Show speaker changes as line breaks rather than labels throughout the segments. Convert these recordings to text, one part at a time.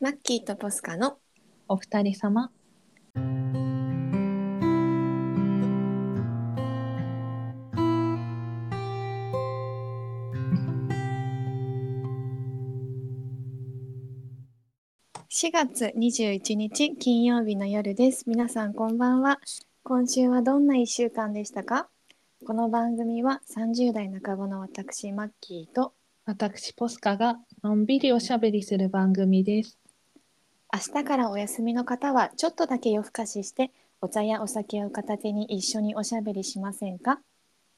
マッキーとポスカの
お二人様
4月21日金曜日の夜です皆さんこんばんは今週はどんな1週間でしたかこの番組は30代半ばの私マッキーと
私ポスカがのんびりおしゃべりする番組です
明日からお休みの方はちょっとだけ夜更かししてお茶やお酒を片手に一緒におしゃべりしませんか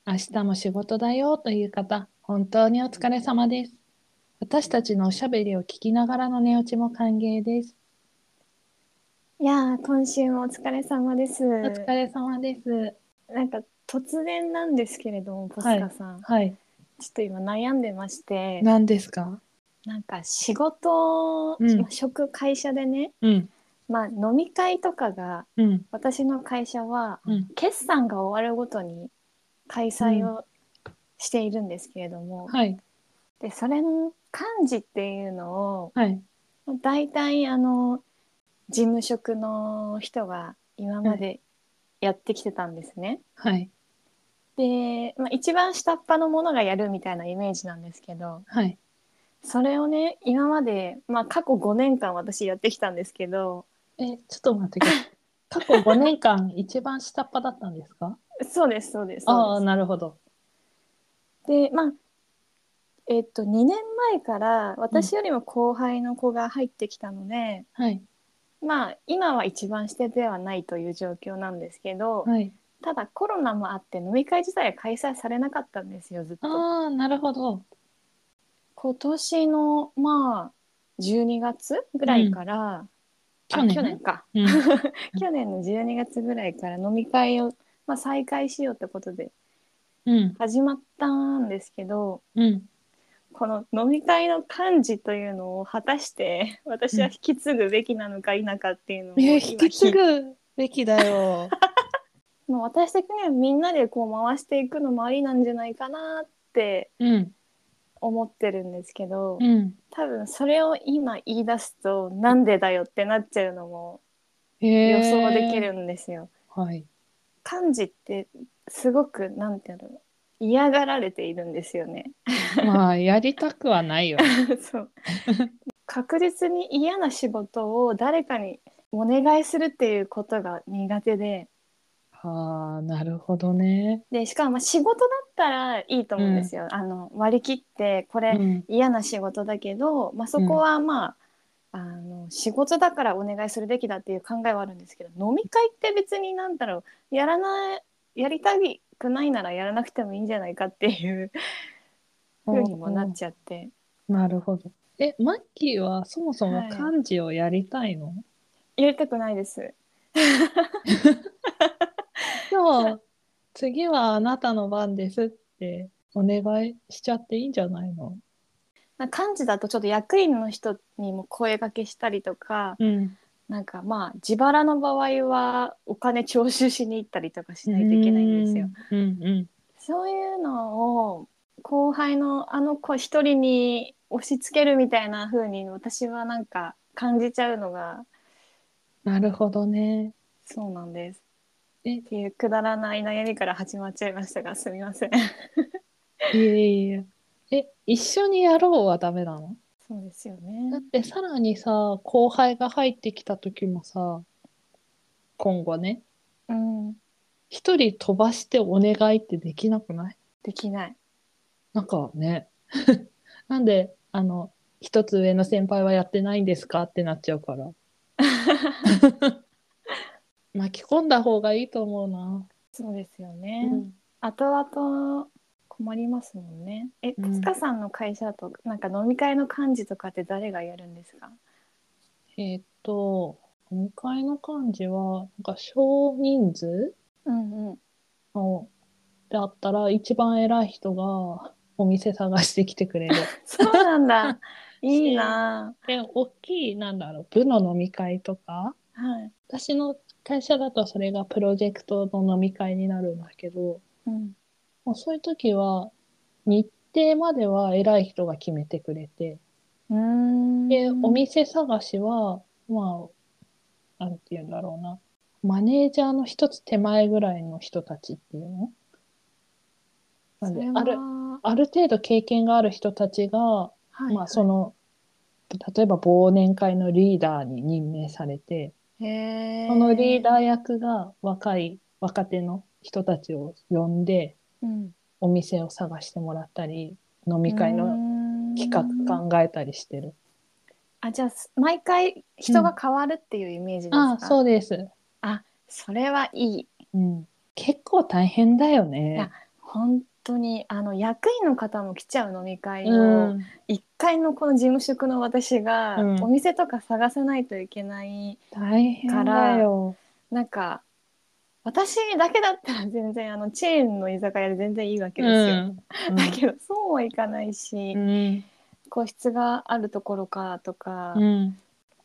明日も仕事だよという方本当にお疲れ様です私たちのおしゃべりを聞きながらの寝落ちも歓迎です
いやー今週もお疲れ様です
お疲れ様です
なんか突然なんですけれどもポスカさん、
はい
ちょっと今悩んでまして
何ですか
なんか仕事、
うん
まあ職会社でね、
うん
まあ、飲み会とかが
うん
私の会社は
うん
決算が終わるごとに開催をしているんですけれども、
はい
でそれの幹事っていうのを
はい
大体あの事務職の人が今までやってきてたんですね。
はい
で、まあ、一番下っ端のものがやるみたいなイメージなんですけど
はい
それをね今まで、まあ、過去5年間私やってきたんですけど
えちょっと待ってくださ い過去5年間一番下っ端だったんですか
そうですそうですそ
ああ
う
ー
です。
なるほど
でまあえっと2年前から私よりも後輩の子が入ってきたので、
はい
まあ今は一番下ではないという状況なんですけど、
はい
ただコロナもあって飲み会自体が開催されなかったんですよずっと。
ああなるほど
今年のまあ12月ぐらいから、あ
去年
去年か
うん
去年の12月ぐらいから飲み会を、まあ、再開しようってことで
うん
始まったんですけど、
うん
この飲み会の幹事というのを果たして私は引き継ぐべきなのか否かっていうのを
いや
今
引 き継ぐべきだよ。
もう私的にはみんなでこう回していくのもありなんじゃないかなって
うん
思ってるんですけど、
うん。
多分それを今言い出すとなんでだよってなっちゃうのも予
予
想でき。るんですよ。
はい。
幹事ってすごくなんていうの嫌がられているんですよね。
まあやりたくはないよ。
そう確実に嫌な仕事を誰かにお願いするっていうことが苦手で
はあなるほどね。
でしかもまあ仕事だったらいいと思うんですよ、あの割り切ってこ
う
れ
ん
嫌な仕事だけど、まあ、そこはまあ,、あの仕事だからお願いするべきだっていう考えはあるんですけど飲み会って別になんだろうやらないやりたくないならやらなくてもいいんじゃないかっていうふうにもなっちゃって。
なるほど。えマッキーはそもそも漢字をやりたいの？
やりたくないです。
今日次はあなたの番ですってお願いしちゃっていいんじゃないの？
なんか幹事だとちょっと役員の人にも声掛けしたりとか、
うん。
なんかまあ自腹の場合はお金徴収しに行ったりとかしないといけないんですよ。。
うんうん。
そういうのを後輩のあの子一人に押し付けるみたいな風に私はなんか感じちゃうのが
なるほどね。
そうなんです。
え
っていうくだらない悩みから始まっちゃいましたがすみません。
いえいえ。え一緒にやろうはダメなの？
そうですよ
だ
ね。
ってさらにさ後輩が入ってきた時もさ今後ね
うん、
一人飛ばしてお願いってできなくない
できない。
なんかね なんであの一つ上の先輩はやってないんですかってなっちゃうから巻き込んだ方がいいと思うな、
そうですよ
う
ね。
ん、
後々困りますもんね。え、
うん
ポスカさんの会社だとなんか飲み会の幹事とかって誰がやるんですか？
えーっと向かいの感じはなんか少人数
うんうん。
のであったら一番偉い人がお店探してきてくれる
そうなんだ。 いいな
で大きいなんだろう部の飲み会とか
ぁ。はい。
私の会社だとそれがプロジェクトの飲み会になるんだけど
うん。
もうそういう時は日程までは偉い人が決めてくれて
うーん
で、お店探しは、まあ、なんて言うんだろうな。マネージャーの一つ手前ぐらいの人たちっていうのなんで、ある、ある程度経験がある人たちが、まあその、例えば忘年会のリーダーに任命されて、
そ
そのリーダー役が若い、若手の人たちを呼んで、
うん、
お店を探してもらったり、飲み会の
の
企画考えたりしてる。
あじゃあす毎回人が変わるっていうイメージですか、
ああ、そうです。
それはいい
うん。結構大変だよ
い
ね
や。本当にあの役員の方も来ちゃう飲み会
う
を
ん。
一階のこの事務職の私が
うん
お店とか探さないといけない、
大変だよ。
なんか私だけだったら全然あのチェーンの居酒屋で全然いいわけですよ、
うん
だけどそうはいかないし、
うん。
個室があるところからとか、
うん。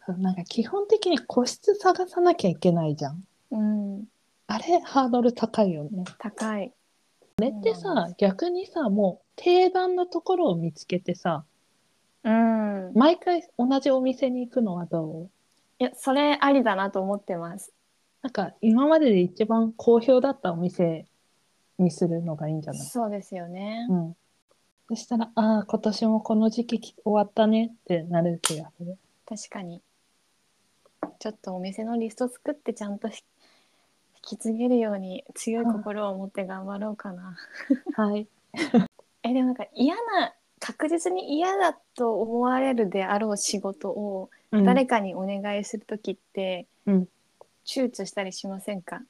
そうなんか基本的に個室探さなきゃいけないじゃん。
うん
あれ、ハードル高いよね。
高い
あれって
そうなん
さ
で、
逆にさ、もう定番のところを見つけてさ、
うん
毎回同じお店に行くのはどう
いやそれありだなと思ってます
なんか今までで一番好評だったお店にするのがいいんじゃない
そうですよね、
うん。そしたら、ああ、今年もこの時期き終わったねってなる気がする。
確かにちょっとお店のリスト作ってちゃんとひ引き継げるように強い心を持って頑張ろうかな、
はい。
えでもなんか嫌な確実に嫌だと思われるであろう仕事を誰かにお願いする時って、
うん
躊躇したりしませんか、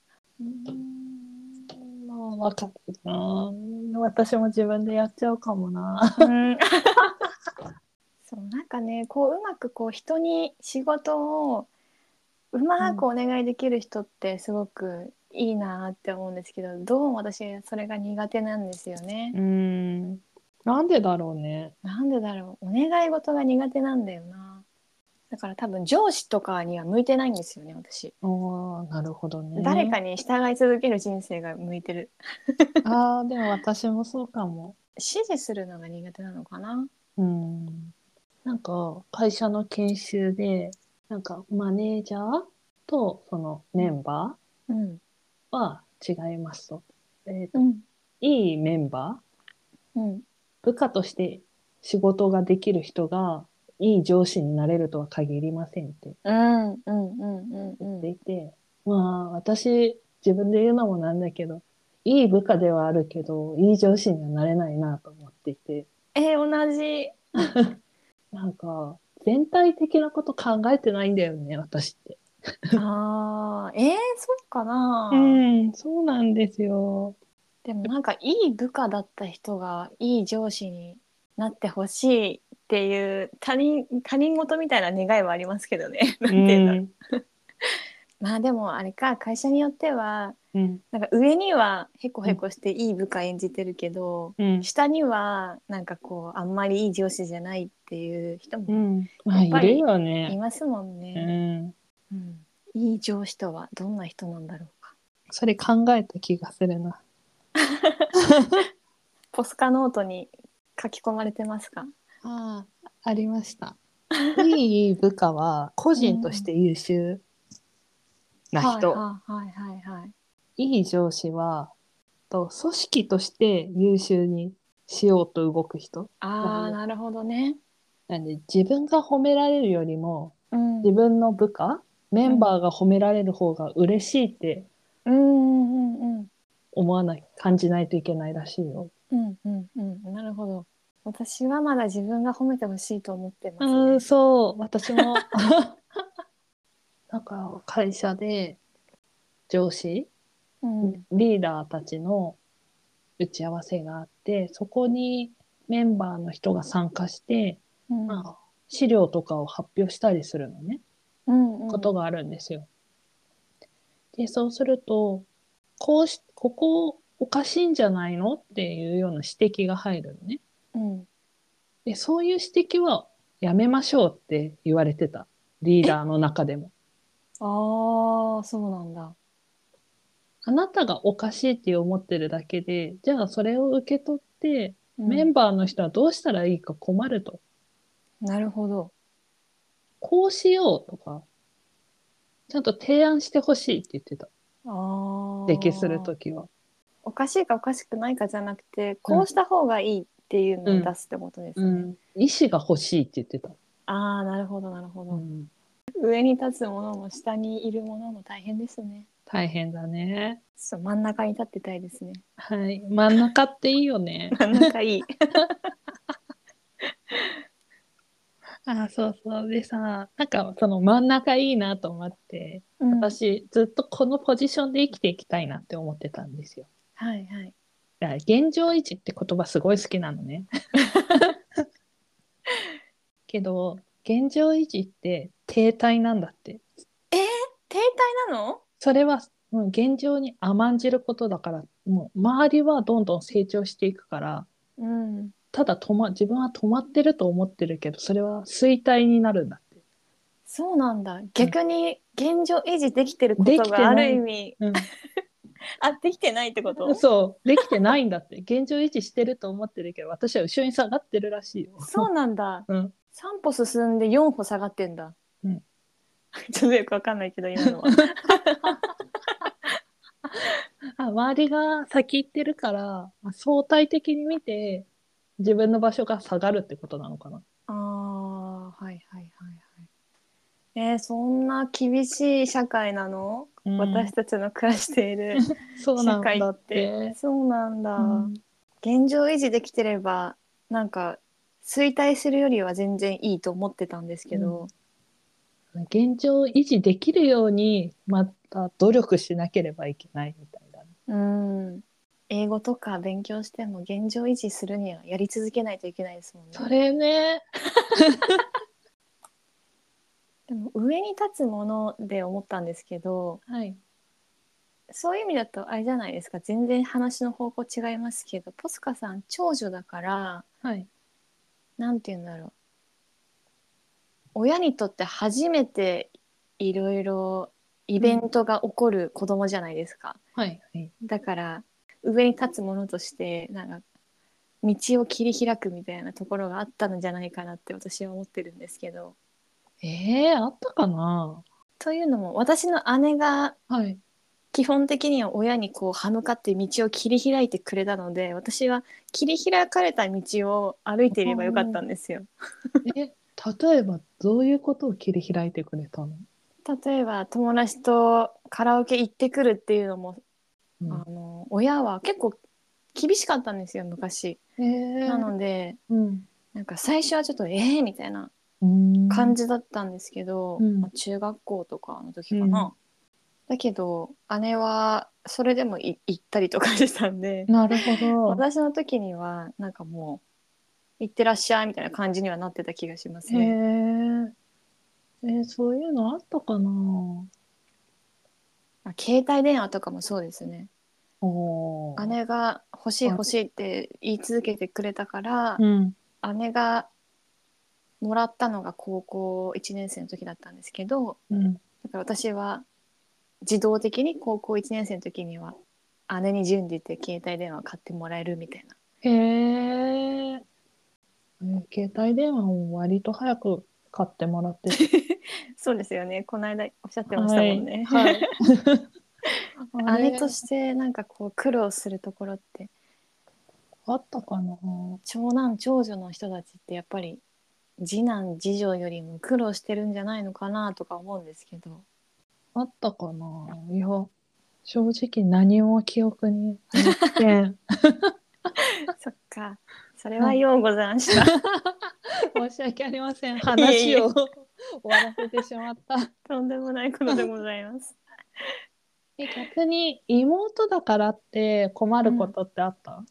うんまあ、わかるな。私も自分でやっちゃうかもな。
うんそうなんかねこううまくこう人に仕事をうまくお願いできる人ってすごくいいなって思うんですけどどうも私それが苦手なんですよね。
うん。なんでだろうね。
なんでだろうお願い事が苦手なんだよな。だから多分上司とかには向いてないんですよね私。
ああ、なるほどね。
誰かに従い続ける人生が向いてる。
ああ、でも私もそうかも。
指示するのが苦手なのかな。
うん。なんか、会社の研修で、なんか、マネージャーと、その、メンバ
うん。
ーは違いますと。えーと、
うん。
いいメンバ
うん。
ー、部下として仕事ができる人が、いい上司になれるとは限りませんって
うん。うん。うん。うん。
言っていて、まあ、私、自分で言うのもなんだけど、いい部下ではあるけど、いい上司にはなれないなと思っていて、
えー同じ。
なんか、全体的なこと考えてないんだよね、私って。
ああ、えー、そうかな、
ん、そうなんですよ。
でもなんかいい部下だった人がいい上司になってほしいっていう他人他人事みたいな願いはありますけどね。 なんていうんだろうまあでもあれか会社によっては
うん、
なんか上にはへこへこしていい部下演じてるけど、
うん、
下にはなんかこうあんまりいい上司じゃないっていう人
う
も
ん。まあ、
やっ
い
ぱり
るよ
い
ね。
ますもん
う
ね。
ん。
うんいい上司とはどんな人なんだろうか。
それ考えた気がするな。
ポスカノートに書き込まれてますか
ああ、ありま した。いい部下は、個人として優秀な人。
はいはいはいはいはい。
いい上司は、と組織として優秀にしようと動く人。
ああ、なるほどね。
なんで、自分が褒められるよりも、
うん。
自分の部下メンバーが褒められる方が嬉しいって
うんうんうんうん
思わない感じないといけないらしいよ。
うんうんうん。なるほど。私はまだ自分が褒めてほしいと思ってます、
うんそう私もなんか会社で上司
うん。うん
リーダーたちの打ち合わせがあってそこにメンバーの人が参加して、
うん
まあ、資料とかを発表したりするのね。
うん
ことがあるんですよ。でそうするとこうしここおかしいんじゃないのっていうような指摘が入るのね。
うん。
でそういう指摘はやめましょうって言われてたリーダーの中でも。
ああ、そうなんだ。
あなたがおかしいって思ってるだけでじゃあそれを受け取ってメン
バ
バーの人はどうしたらいいか困ると。
なるほど。
こうしようとか、ちゃんと提案してほしいって言ってた。
ああ。
出来するときは。
おかしいかおかしくないかじゃなくて、こうした方がいいっていうのを出すってことですね。
うん。意思が欲しいって言ってた。
ああ、なるほど、なるほど、
ん。
上に立つものも下にいるものも大変ですね。
大変だね。
そう、真ん中に立ってたいですね。
はい。真ん中っていいよね。
真ん中いい。
あ、そうそう。でさ、なんかその真ん中いいなと思って、
うんはい
私ずっとこのポジションで生きていきたいなって思ってたんですよ。
はい。
だから現状維持って言葉すごい好きなの ね。けど現状維持って停滞なんだって。
停滞なの
それは、うん、現状に甘んじることだからもう周りはどんどん成長していくから
うん。
ただ止、ま、自分は止まってると思ってるけどそれは衰退になるんだって。
そうなんだ。逆に現状維持できてるこ
で
と
きてない
がある意味、
うん
あ、できてないってこと
そうできてないんだって現状維持してると思ってるけど私は後ろに下がってるらしいよ。
そうなんだ。
うん
三歩進んで四歩下がってんだ。
うん。
ちょっとよくわかんないけど今 のは。
あ周りが先行ってるからまあ相対的に見て自分の場所が下がるってことなのかな。
ああはいはいはいはい。えー、そんな厳しい社会なの？
うん
私たちの暮らしてい る
そうな
社
ん
会
だ
っ
って。
て。そうなんだ、
うん
現状維持できてればなんか衰退するよりは全然いいと思ってたんですけど。
現状維持できるようにまた努力しなければいけないみたいだね。
うん。英語とか勉強しても現状維持するにはやり続けないといけないですもんね。
それね。
でも上に立つもので思ったんですけど
はい。
そういう意味だとあれじゃないですか全然話の方向違いますけどポスカさん長女だから
はい。
なんて言うんだろう親にとって初めていろいろイベントが起こる子供じゃないですか、
はい。はい、
だから上に立つものとしてなんか道を切り開くみたいなところがあったんじゃないかなって私は思ってるんですけど。
えー、あったかな
というのも私の姉が
はい。
基本的には親にこう歯向かって道を切り開いてくれたので私は切り開かれた道を歩いていればよかったんですよ。
え、例えばどういうことを切り開いてくれたの、
例えば友達とカラオケ行ってくるっていうのも、
うん
あの親は結構厳しかったんですよ昔。
えー、
なので
うん。
なんか最初はちょっと「えー」みたいな
うん
感じだったんですけど、
うん
まあ中学校とかの時かな。だけど姉はそれでもい行ったりとかしてたんで。
なるほど。
私の時にはなんかもう「行ってらっしゃい」みたいな感じにはなってた気がします
へ
ね。
え。えーそういうのあったかな
まあ携帯電話とかもそうですね。
おー
姉が欲しい欲しいって言い続けてくれたから、
うん。
姉がもらったのが高校1年生の時だったんですけど
うん。
だから私は自動的に高校1年生の時には姉に準じて携帯電話買ってもらえるみたいな。
へえ。携帯電話も割と早く買ってもらってて。
そうですよねこの間おっしゃってましたもんね。
はい。 あれ
姉としてなんかこう苦労するところって
あったかな
長男長女の人たちってやっぱり次男次女よりも苦労してるんじゃないのかなとか思うんですけど
あったかないや、正直何も記憶にありません。
そっかそれはようございました、
申し訳ありません。 話を終わらせてしまった。
とんでもないことでございます
え逆に妹だからって困ることってあった、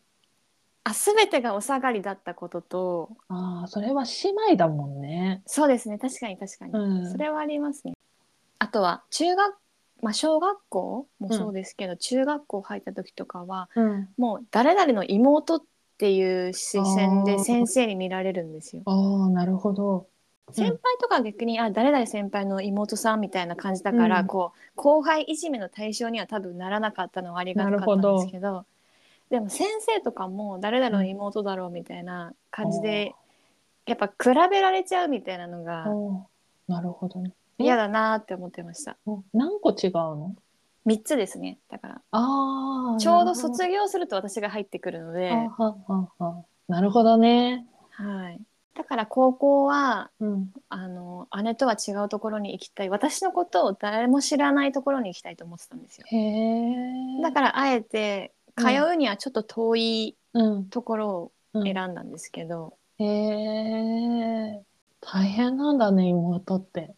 あ全てがお下がりだったことと
ああ、それは姉妹だもんね。
そうですね確かに確かに、
うん
それはありますねあとは中学まあ小学校もそうですけど、中学校入った時とかは
うん。
もう誰々の妹っていう視線
あ
で
ー
先生に見られるんですよ。
ああ、なるほど。
先輩とかは逆に、あ誰々先輩の妹さんみたいな感じだから、
うん
こう後輩いじめの対象には多分ならなかったのはありがたかったんですけどでも先生とかも誰々の妹だろうみたいな感じでやっぱ比べられちゃうみたいなのが
ああなるほどね。え
嫌だなって思ってました。
うん何個違うの
3つですね。だから
ああ。
ちょう
な
ど
るほ
卒業すると私が入ってくるので、
あはははなるほどね。
はい。だから高校は
うん。
あの姉とは違うところに行きたい私のことを誰も知らないところに行きたいと思ってたんですよ
へえ。
だからあえて通うにはちょっと遠い
うん。
ところを
うん、
選んだんですけど、
へえ。大変なんだね、妹って。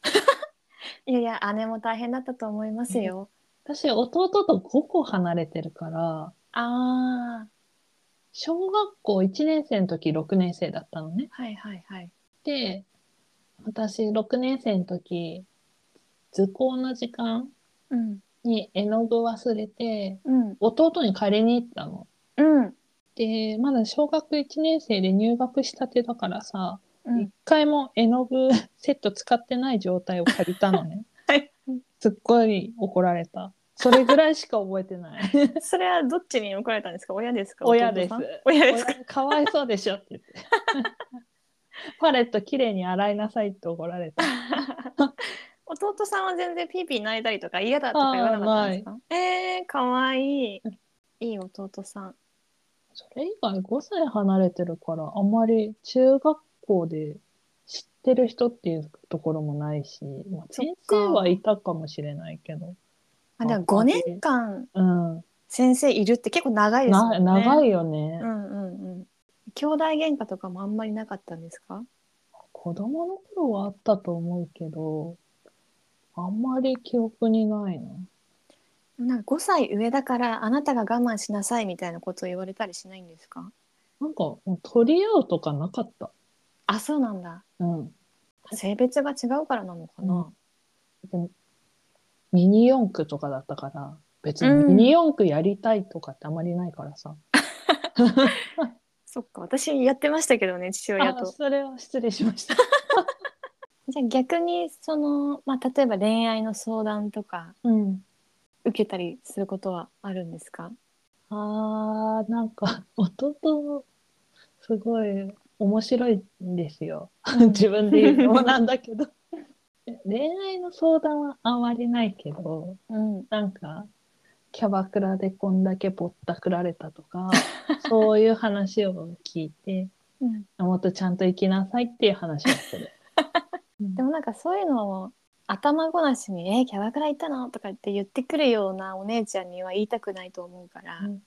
いやいや姉も大変だったと思いますよ、
私、弟と5個離れてるから、
ああ
小学校1年生の時6年生だったのね。
はいはいはい
で、私6年生の時、図工の時間
うん
に絵の具忘れて、
うん
弟に借りに行ったの。
うん
で、まだ小学1年生で入学したてだからさ、
う
一、
ん
回も絵の具 セット使ってない状態を借りたのね。
はい
すっごい怒られた。それぐらいしか覚えてない。
それはどっちに怒られたんですか親ですか
親です
弟さん親 ですか
俺かわいそうでしょって言って。 パレットきれいに洗いなさいって怒られた。
弟さんは全然ピーピー泣いたりとか嫌だとか言わなかったんですかえー、かわいいいい弟さん
それ以外5歳離れてるから、あんまり中学校で知ってる人っていうところもないし、まあ
そっ
先
か
生はいたかもしれないけど。
あでも
あ
5年間
うん。
先生いるって結構長いですもん
な
ね。
長
い。
いよね、
うんうんうん。兄弟喧嘩とかもあんまりなかったんですか？
子供の頃はあったと思うけど、あんまり記憶にないな。
なんか5歳上だからあなたが我慢しなさいみたいなことを言われたりしないんですか？
なんか、もう取り合うとかなかった。
あそうなんだ。
うん。
性別が違うからなのかな。
でもミニ四駆とかだったから、別にミニ四駆やりたいとかってあまりないからさ。
そっか私やってましたけどね父親
あ
と。
それは失礼しました。
じゃあ逆にそのまあ例えば恋愛の相談とか
うん。
受けたりすることはあるんです か？
あー、なんか、 弟、すごい面白いんですよ。 自分で言うのもなんだけど。 恋愛の相談はあまりないけど、
うん。
なんか、キャバクラでこんだけぼったくられたと か、そういう話を聞いて、
うん。
もっとちゃんと生きなさいっていう話を する。うん
でもなんかそういうのを頭ごなしに「えキャバクラ行ったの?」とかって言ってくるようなお姉ちゃんには言いたくないと思うから、
うん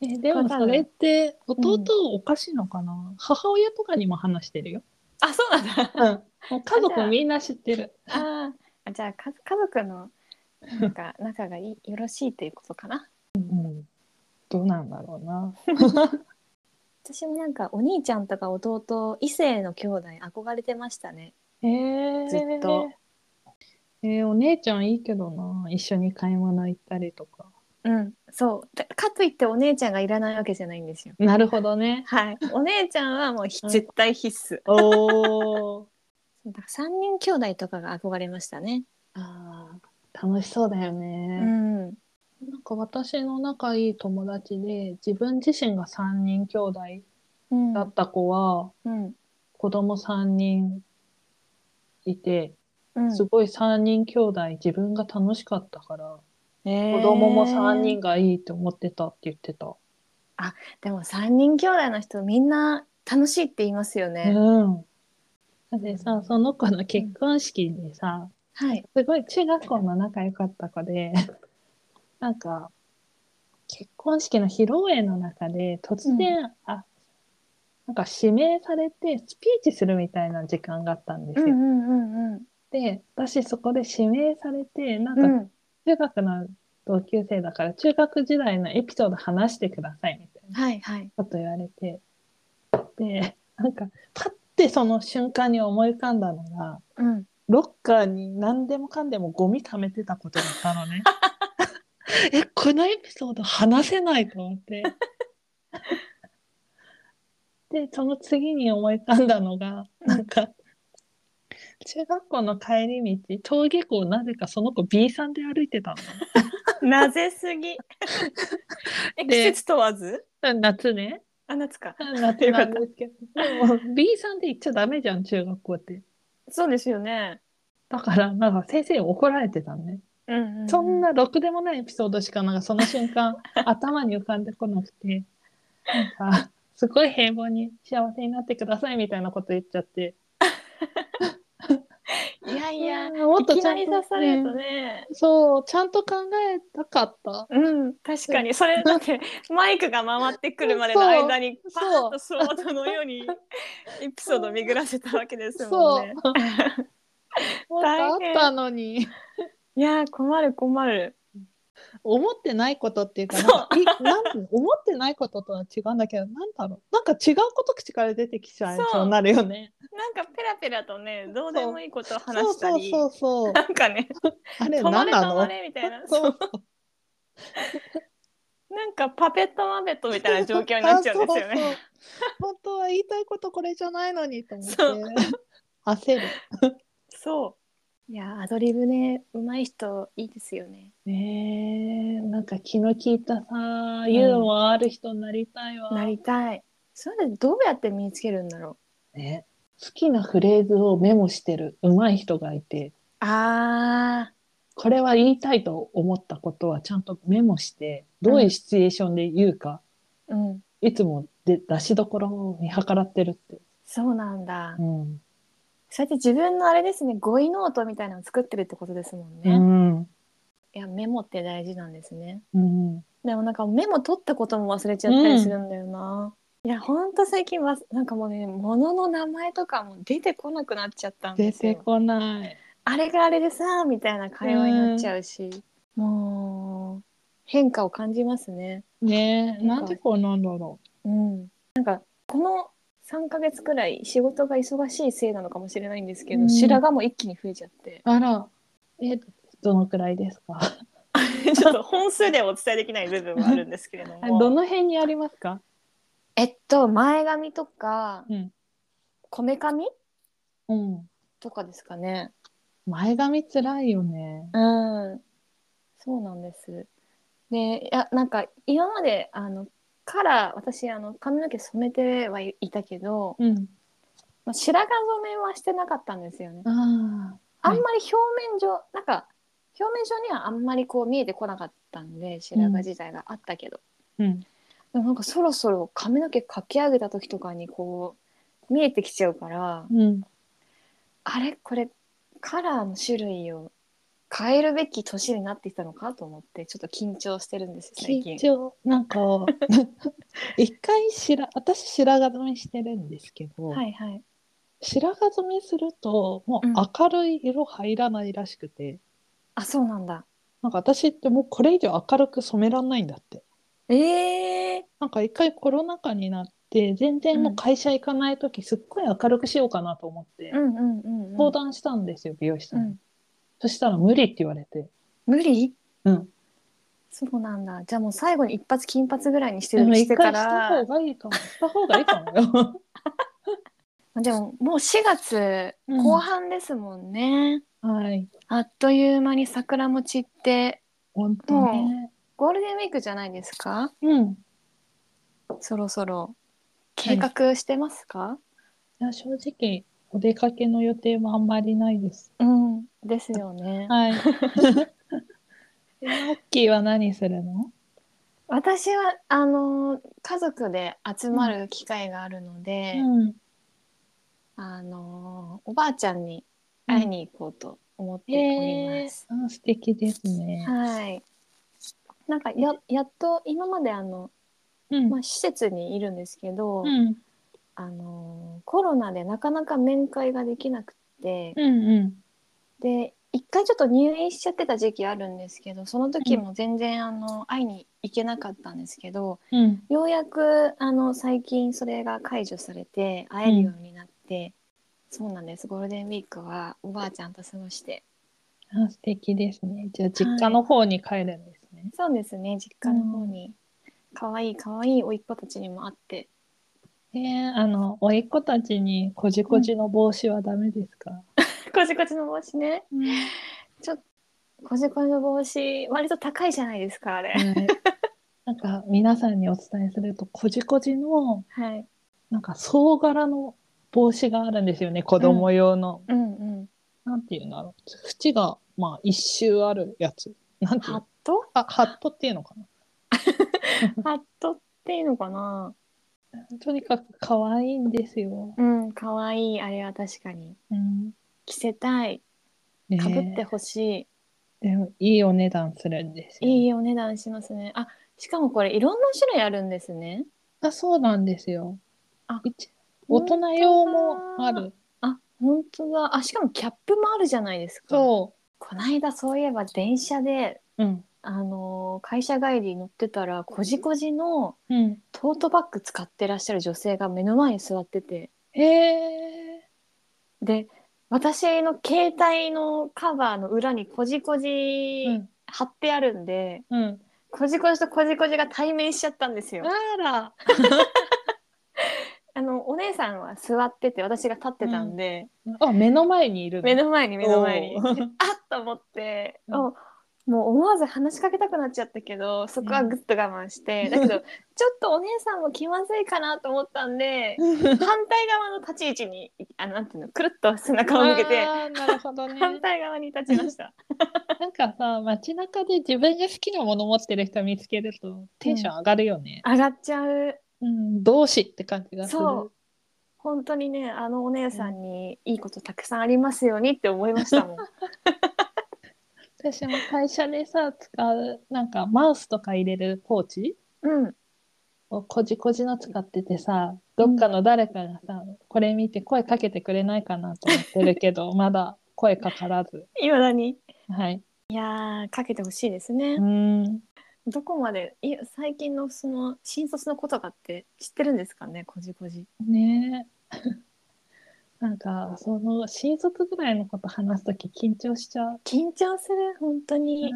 えでもそれって弟おかしいのかな、母親とかにも話してるよ。
あそうなんだ
もう家族みんな知ってる。
あーじゃあか家族のなんか仲がいいよろしいっていうことかな
うん、どうなんだろうな。
私もなんかお兄ちゃんとか弟異性の兄弟憧れてましたね
えー、
ずっと。
えー、お姉ちゃんいいけどな一緒に買い物行ったりとか。
うんそうだかといってお姉ちゃんがいらないわけじゃないんですよ
なるほどね。
はいお姉ちゃんはもうひ
うん
絶対必須
おー
だから3人兄弟とかが憧れましたね
あー楽しそうだよ
う
ね、
ん
なんか私の仲いい友達で自分自身が3人兄弟
うん
だった子は、
うん
子供3人いて、
うん
すごい3人兄弟自分が楽しかったから、
子
子供も3人がいいって思ってたって言ってた。
でも3人兄弟の人みんな楽しいって言いますよね、
うん。でさ、その子の結婚式でさ、
はい
すごい中学校の仲良かった子で、なんか、結婚式の披露宴の中で突然、あ、なんか指名されてスピーチするみたいな時間があったんです
う
よ。
んうんうんうん
で、私そこで指名されて、なんか
うん
中学の同級生だから中学時代のエピソード話してくださいみたいな
はいはい
こと言われてでなんかパッてその瞬間に思い浮かんだのが
うん
ロッカーに何でもかんでもゴミ溜めてたことだったのね。 えこのエピソード話せないと思って。でその次に思い浮かんだのがなんか中学校の帰り道登下校なぜかその子 B さんで歩いてた の。
なぜすぎえ季節問わず
夏ね。
あ、夏か。
なってなんです けど。でも B さんで言っちゃダメじゃん、中学校って。
そうですよね。
だから、なんか先生に怒られてたね。
うんうんうん
そんなろくでもないエピソードしか、なんかその 瞬間、頭に浮かんでこなくて、なんか、すごい平凡に幸せになってくださいみたいなこと言っちゃって。
いやいや、
うんも
いきなり
と
刺されると
ね
ね。
そう、ちゃんと考えたかった。
うん、確かにそれだってマイクが回ってくるまでの間にパー
そう
ッと相当のようにエピソードを巡らせたわけですも
そ
ん
う
ね。。
もっとあ
大
っ
変
たのに。
いやー困る困る。
思ってないことっていうか、
そう
なんかいなんていうの思ってないこととは違うんだけど、なんだろう。なんか違うこと口から出てきちゃい
そう
そうになるよね。
なんかペラペラとねどうでもいいことを話したり
そうそうそうそう。
なんかね
あ
「
れ
止ま
何
れ
な
止ま
の
れ」みたい な
そう
なんかパペットマペットみたいな状況になっちゃうんですよ
あそう
ね。
そう本当は言いたいことこれじゃないのにと思って
そう
焦る。
そういやーアドリブね上手い人いいですよね。
ねえなんか気の利いたさユーモアある人になりたいわ、
なりたい。それどうやって身につけるんだろう。
ね、好きなフレーズをメモしてる上手い人がいて
あ
これは言いたいと思ったことはちゃんとメモしてどういうシチュエーションで言うか、
ーうん
いつもで出しどころを見計らってるって、
そうなんだ。
うん
そうやって自分のあれですね語彙ノートみたいなのを作ってるってことですもん
う
ね、い
ん
やメモって大事なんですね
うん、
でもなんかメモ取ったことも忘れちゃったりするんだよな、いやほんと最近はなんかもうね物の名前とかも出てこなくなっちゃったん
出
です
て
よ
こない。
あれがあれでさみたいな会話になっちゃうし、もう変化を感じますね
ねえなんでこうなんだろ
うんなんかこの3ヶ月くらい仕事が忙しいせいなのかもしれないんですけど、
うん
白髪も一気に増えちゃって
うあらえどのくらいですか
ちょっと本数ではお伝えできない部分はあるんです けれど
あ ど
も。
の辺にありますか、
えっと前髪とか
うん
こめかみ
うん、
とかですかね。
前髪つらいよね。
うん。そうなんです。でいやなんか今まであのカラー私あの髪の毛染めてはいいたけど、
うん、
まあ、白髪染めはしてなかったんですよね。
あ
あ
あは
ん
い
まり表面上なんか表面上にはあんまりこう見えてこなかったんで白髪自体があったけど。
うん、
でもなんかそろそろ髪の毛かき上げた時とかにこう見えてきちゃうから、
うん、
あれこれカラーの種類を変えるべき年になってきたのかと思ってちょっと緊張してるんですよ最近
緊。張なんか 一回白私白髪染めしてるんですけど、
はいはい。
白髪染めするとも
うん
う明るい色入らないらしくて、
あそうなんだ。
なんか私ってもうこれ以上明るく染めらんないんだって
ええ
なんか一回コロナ禍になって全然もう会社行かない時、すっごい明るくしようかなと思って
うんうんうん、うん。
相談したんですよ美容師さ
うん
に、
ん。
そしたら無理って言われて
無理？
うん。
そうなんだ。じゃあもう最後に一発金髪ぐらいにして
でも
るし
一
てか
回した
ら
方。がいいか もした方がいいかもよ
でももう4月
うん
後半ですもんね。
はい
あっという間に桜も散って
本当ね
ゴールデンウィークじゃないですか
うん
そろそろ計画してますか、
いや正直お出かけの予定はあんまりないです。
うんですよね、
はい。えマッキーは何するの？
私はあのー家族で集まる機会があるので、
うん。
あのーおばあちゃんに会いに行こうと思っており
え
ま
ー
す、、
あ素敵ですね。
はいなんかややっと今まであの、
うん
まあ、施設にいるんですけど、
うん
あのーコロナでなかなか面会ができなくて、
うんうん
で一回ちょっと入院しちゃってた時期あるんですけどその時も全然あの会いに行けなかったんですけど
うん
ようやくあの最近それが解除されて会えるようになって、そうなんですゴールデンウィークはおばあちゃんと過ごして
あ素敵ですね。じゃあ実家の方に帰るんですね。
そうですね実家の方に可愛、い可愛い甥っ子たちにも会って
えー、あの甥っ子たちにこじこじの帽子はダメですか？
こじこじの帽子ね
うん、はい。
こじこじの帽子割と高いじゃないですかあれ。
なんか皆さんにお伝えすると、こじこじの、
はい。
なんか総柄の帽子があるんですよね、子供用の。
うんうん。
なんていうんだろう。縁が、まあ、一周あるやつ。なんていう
ハッ
の
ト
あ、ハットっていうのか
ハットっていうのかな
な。とにかく可愛いんですよ。
うん、かわいい。あれは確かに。
うん。
着せたい。
ね
かぶってほし
でもいいお値段するんです
い。
よ。
いいお値段しますね。あ、しかもこれいろんな種類あるんですね。
あ、そうなんですよ。
あ
一大人用もある。
あ、本当だ。あ、しかもキャップもあるじゃないですか。
そ
こないだそういえば電車で、
う。うん。
あのー会社帰り乗ってたら、こじこじの
うん。
トートバッグ使ってらっしゃる女性が目の前に座ってて、
へえ。
で、私の携帯のカバーの裏にこじこじ
うん。
貼ってあるんで、
うん。
こじこじとこじこじが対面しちゃったんですよ。
あら。
あのお姉さんは座ってて私が立ってたんで、
あ、目の前にいるの。
目の前に目の前に
お
あっ
ー
と思って、
うん
おもう思わず話しかけたくなっちゃったけどそこはぐっと我慢して、だけどちょっとお姉さんも気まずいかなと思ったんで反対側の立ち位置にあなんていうのくるっと背中を向けて
あーなるほどね。
反対側に立ちました。
なんかさ、街中で自分が好きなもの持ってる人見つけるとテンション上がるよね。
上がっちゃう
うん、同志って感じがする。
そう本当にねあのお姉さんにいいことたくさんありますようにって思いました もん。
私も会社でさ、使う、なんかマウスとか入れるポーチ
うん、
をこじこじの使っててさ、どっかの誰かがさ、これ見て声かけてくれないかなと思ってるけ ど、まだ声かからず。
いまだに
はい。
いやーかけてほしいですね。
うん。
どこまでい最近のその新卒の子とかって知ってるんですかねこじこじ。
ね え。なんか、その、新卒ぐらいのこと話すとき緊張しちゃう。
緊張する本当に。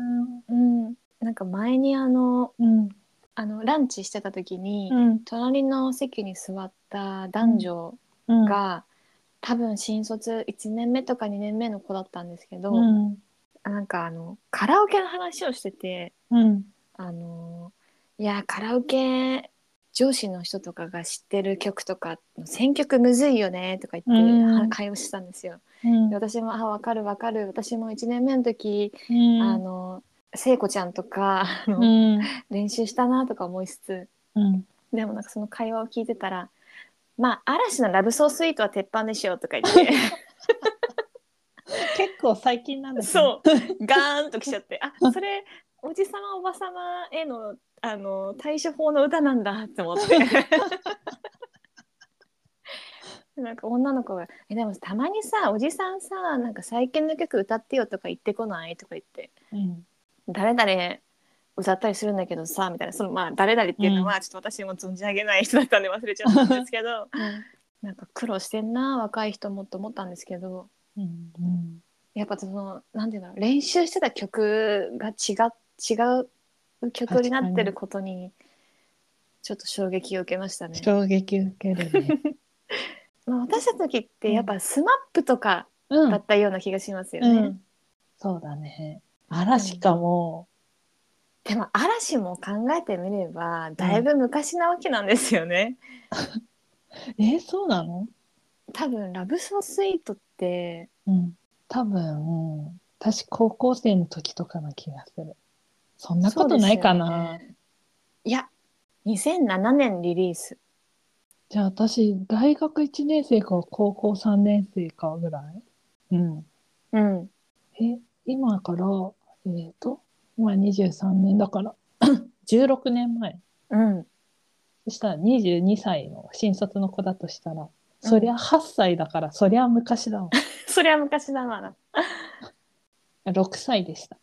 う
うん、なんか前にあの
ん。
あのランチしてた時に、
うん。
隣の席に座った男女
うん、
が、多分新卒1年目とか2年目の子だったんですけど、
うん。
なんかあのカラオケの話をしてて
うん。
あのいやカラオケ上司の人とかが知ってる曲とかの選曲むずいよねとか言って、
うん
は会話してたんですよ。
うん
で私も「あ分かる分かる私も1年目の時、
うん
あの聖子ちゃんとかあの、
うん。
練習したな」とか思いつつ
うん。
でもなんかその会話を聞いてたら「まあ嵐のラブソースイートは鉄板でしょ」とか言って
結構最近なんですね
そうガーンときちゃって「あそれおじさまおばさまへのあの対処法の歌なんだ」って思ってなんか女の子が「えでもたまにさおじさんさなんか最近の曲歌ってよ」とか言ってこないとか言って
うん。
誰々歌ったりするんだけどさみたいなそのまあ誰々っていうのはちょっと私も存じ上げない人だったんで忘れちゃったんですけどなんか苦労してんな若い人もと思ったんですけど
うん。うん。
やっぱその何て言うんだろう練習してた曲が違う違う曲になってることにちょっと衝撃を受けましたね。
衝撃受けるね。
まあ、私たちの時ってやっぱスマップとか
う
だ
ん
っ。たような気がしますよね。
うん。そうだね。嵐かも。
でも嵐も考えてみればだいぶ昔なわけなんですよね。
え、そうなの
多分ラブソースイートって
うん。多分、うん私高校生の時とかの気がする。そんなことないか
そう
な。
ですよねいや2007年リリース
じゃあ私、大学1年生か高校3年生かぐらいうん。
うん
え、今から、えっ、と、今23年 だから、16年前。
うん
そしたら22歳の新卒の子だとしたら、そりゃ8歳だから、そりゃ 昔だわ。
それは昔だ な
6歳でした。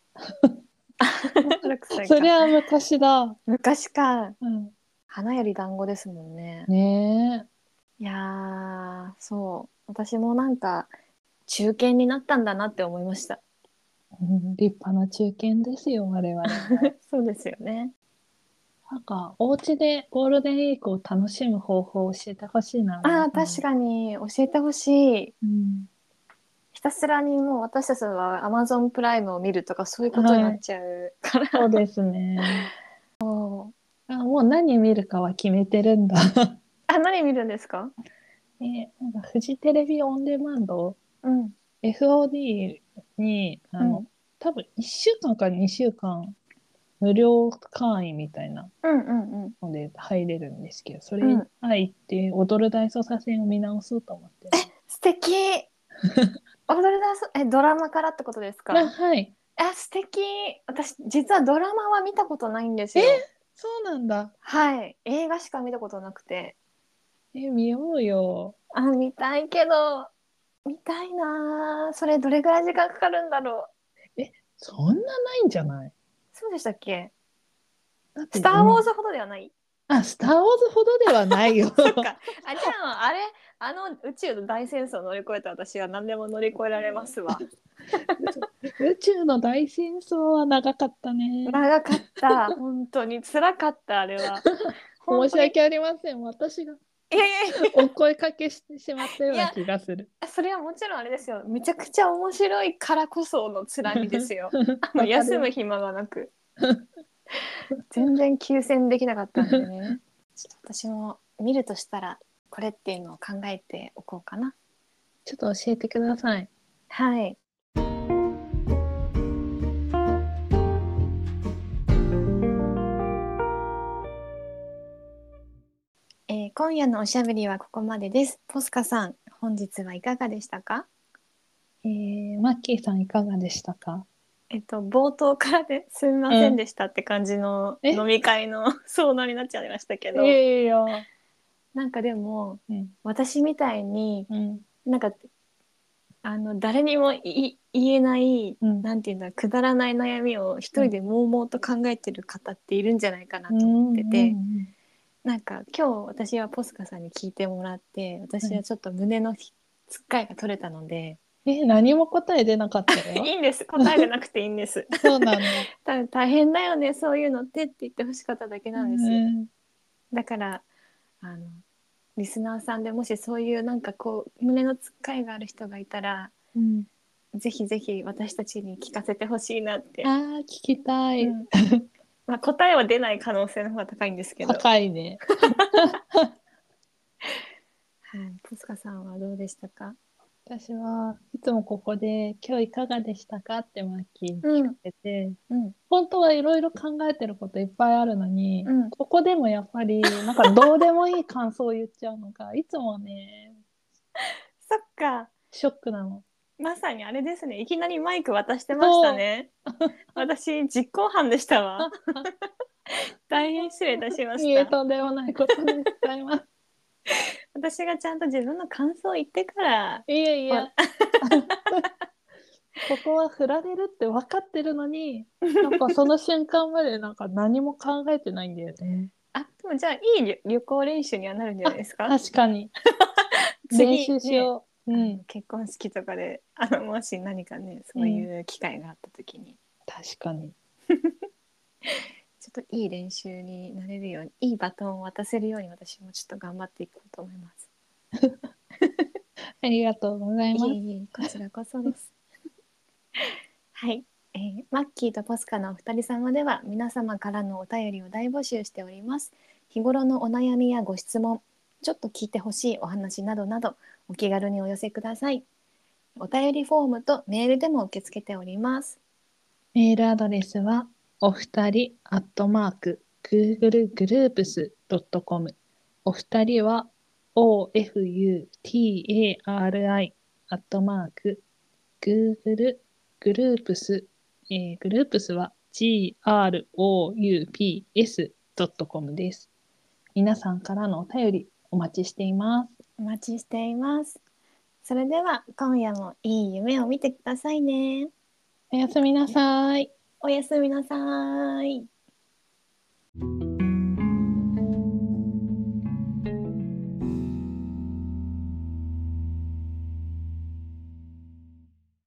6歳
そり
か
ゃ昔だ。
昔か
うん。
花より団子ですもんね
ね
いやーそう私もなんか中堅になったんだなって思いました
え、うん立派な中堅ですよ、我々。
そうですよね
なんか、お家でゴールデンウィークを楽しむ方法を教えてほしいな。
ああ確
か
かに教えてほしい
に。
ひたすらにもう私たちは Amazon プライムを見るとかそういうことになっちゃうから、
そうですね。もう何見るかは決めてるんだ。
あ、何見るんですか
え、なんかフジテレビオンデマンド、
うん。
FOD に、あの、
うん
多分1週間か2週間、無料会員みたいな
うんうんうん。
ので入れるんですけど、それ
う
に
ん
入って、踊る大捜査線を見直そうと思ってます。
素敵踊るダンスえドラマからってことですか
あはい。
あ素敵私実はドラマは見たことないんですよ
そうなんだ。
はい映画しか見たことなくて
え、見ようよ。
あ見たいけど見たいなーそれどれぐらい時間かかるんだろう
そんなないんじゃない
そうでしたっけ
だっ
「ス
て
ター・ウォーズ」ほどではない、
あ、スター・ウォーズほどではない よ。
そっかあじゃああれあの宇宙の大戦争を乗り越えた私は何でも乗り越えられますわ
宇宙の大戦争は長かったね。
長かった本当に辛かったあれ は
申し訳ありません。私が
いやいやいや
お声かけしてしまったような気がする。
それはもちろんあれですよめちゃくちゃ面白いからこそのつらみですよあ
か
の
る
休む暇がなく全然休戦できなかったんでねちょっと私も見るとしたらこれっていうのを考えておこうかな
ちょっと教えてください。
はいえー今夜のおしゃべりはここまでです。ポスカさん、本日はいかがでしたか
えー、マッキーさんいかがでしたか
えっと、冒頭からね、すみませんでしたって感じの
え
飲み会の 相談になっちゃいましたけど、
えよ。
なんかでも
うん。
私みたいに
うん。
なんかあの誰にもい言えない、
うん
なんていうんだくだらない悩みを一人で悶々と考えてる方っているんじゃないかなと思ってて、
うん
なんか今日私はポスカさんに聞いてもらって私はちょっと胸のひつっかえが取れたので、
え、何も答え出なかった よ
い。いんです答えじゃなくていいん です。
そうなんだ。
多分大変だよねそういうのってって言ってほしかっただけなんですよ、
うん
だからあのリスナーさんでもしそういうなんかこう胸のつっかえがある人がいたら
うん、
ぜひぜひ私たちに聞かせてほしいなって、
あー聞きたい、
うん まあ、答えは出ない可能性の方が高いんですけど、はい、
高いね
ポスカさんはどうでしたか、
私はいつもここで「今日いかがでしたか?」ってマッキーに
うん
言ってて
うん、
本当はいろいろ考えてることいっぱいあるのに、
うん
ここでもやっぱりなんかどうでもいい感想を言っちゃうのがいつもね
そっか
ショックなの。
まさにあれですねいきなりマイク渡してましたね私実行犯でした わ大変失礼いたしま
いい
し
え
た
とんでもないことでございます。
私がちゃんと自分の感想を言ってから
いやいや
わ。
ここは振られるって分かってるのに、なんかその瞬間までなんか何も考えてないんだよね。
あでもじゃあいい旅旅行練習にはなるんじゃないですか
確かに。
次
練習しよう。うん。
結婚式とかであのもし何かねそういう機会があった時に、
確かに。
ちょっといい練習になれるようにいいバトンを渡せるように私もちょっと頑張っていこうと思います。
ありがとうございま
いえいえこちらこそです。 はい、えーマッキーとポスカのお二人様では皆様からのお便りを大募集しております。日頃のお悩みやご質問、ちょっと聞いてほしいお話などなどお気軽にお寄せください。お便りフォームとメールでも受け付けております。
メールアドレスは、お二人アットマーク、Google グループス .com。お二人は、OFUTARI アットマーク、Google グループス、えーグループスは groups.com です。皆さんからのお便りお待ちしています。
お待ちしています。それでは今夜もいい夢を見てくださいね。
おやすみなさい。
おやすみなさーい。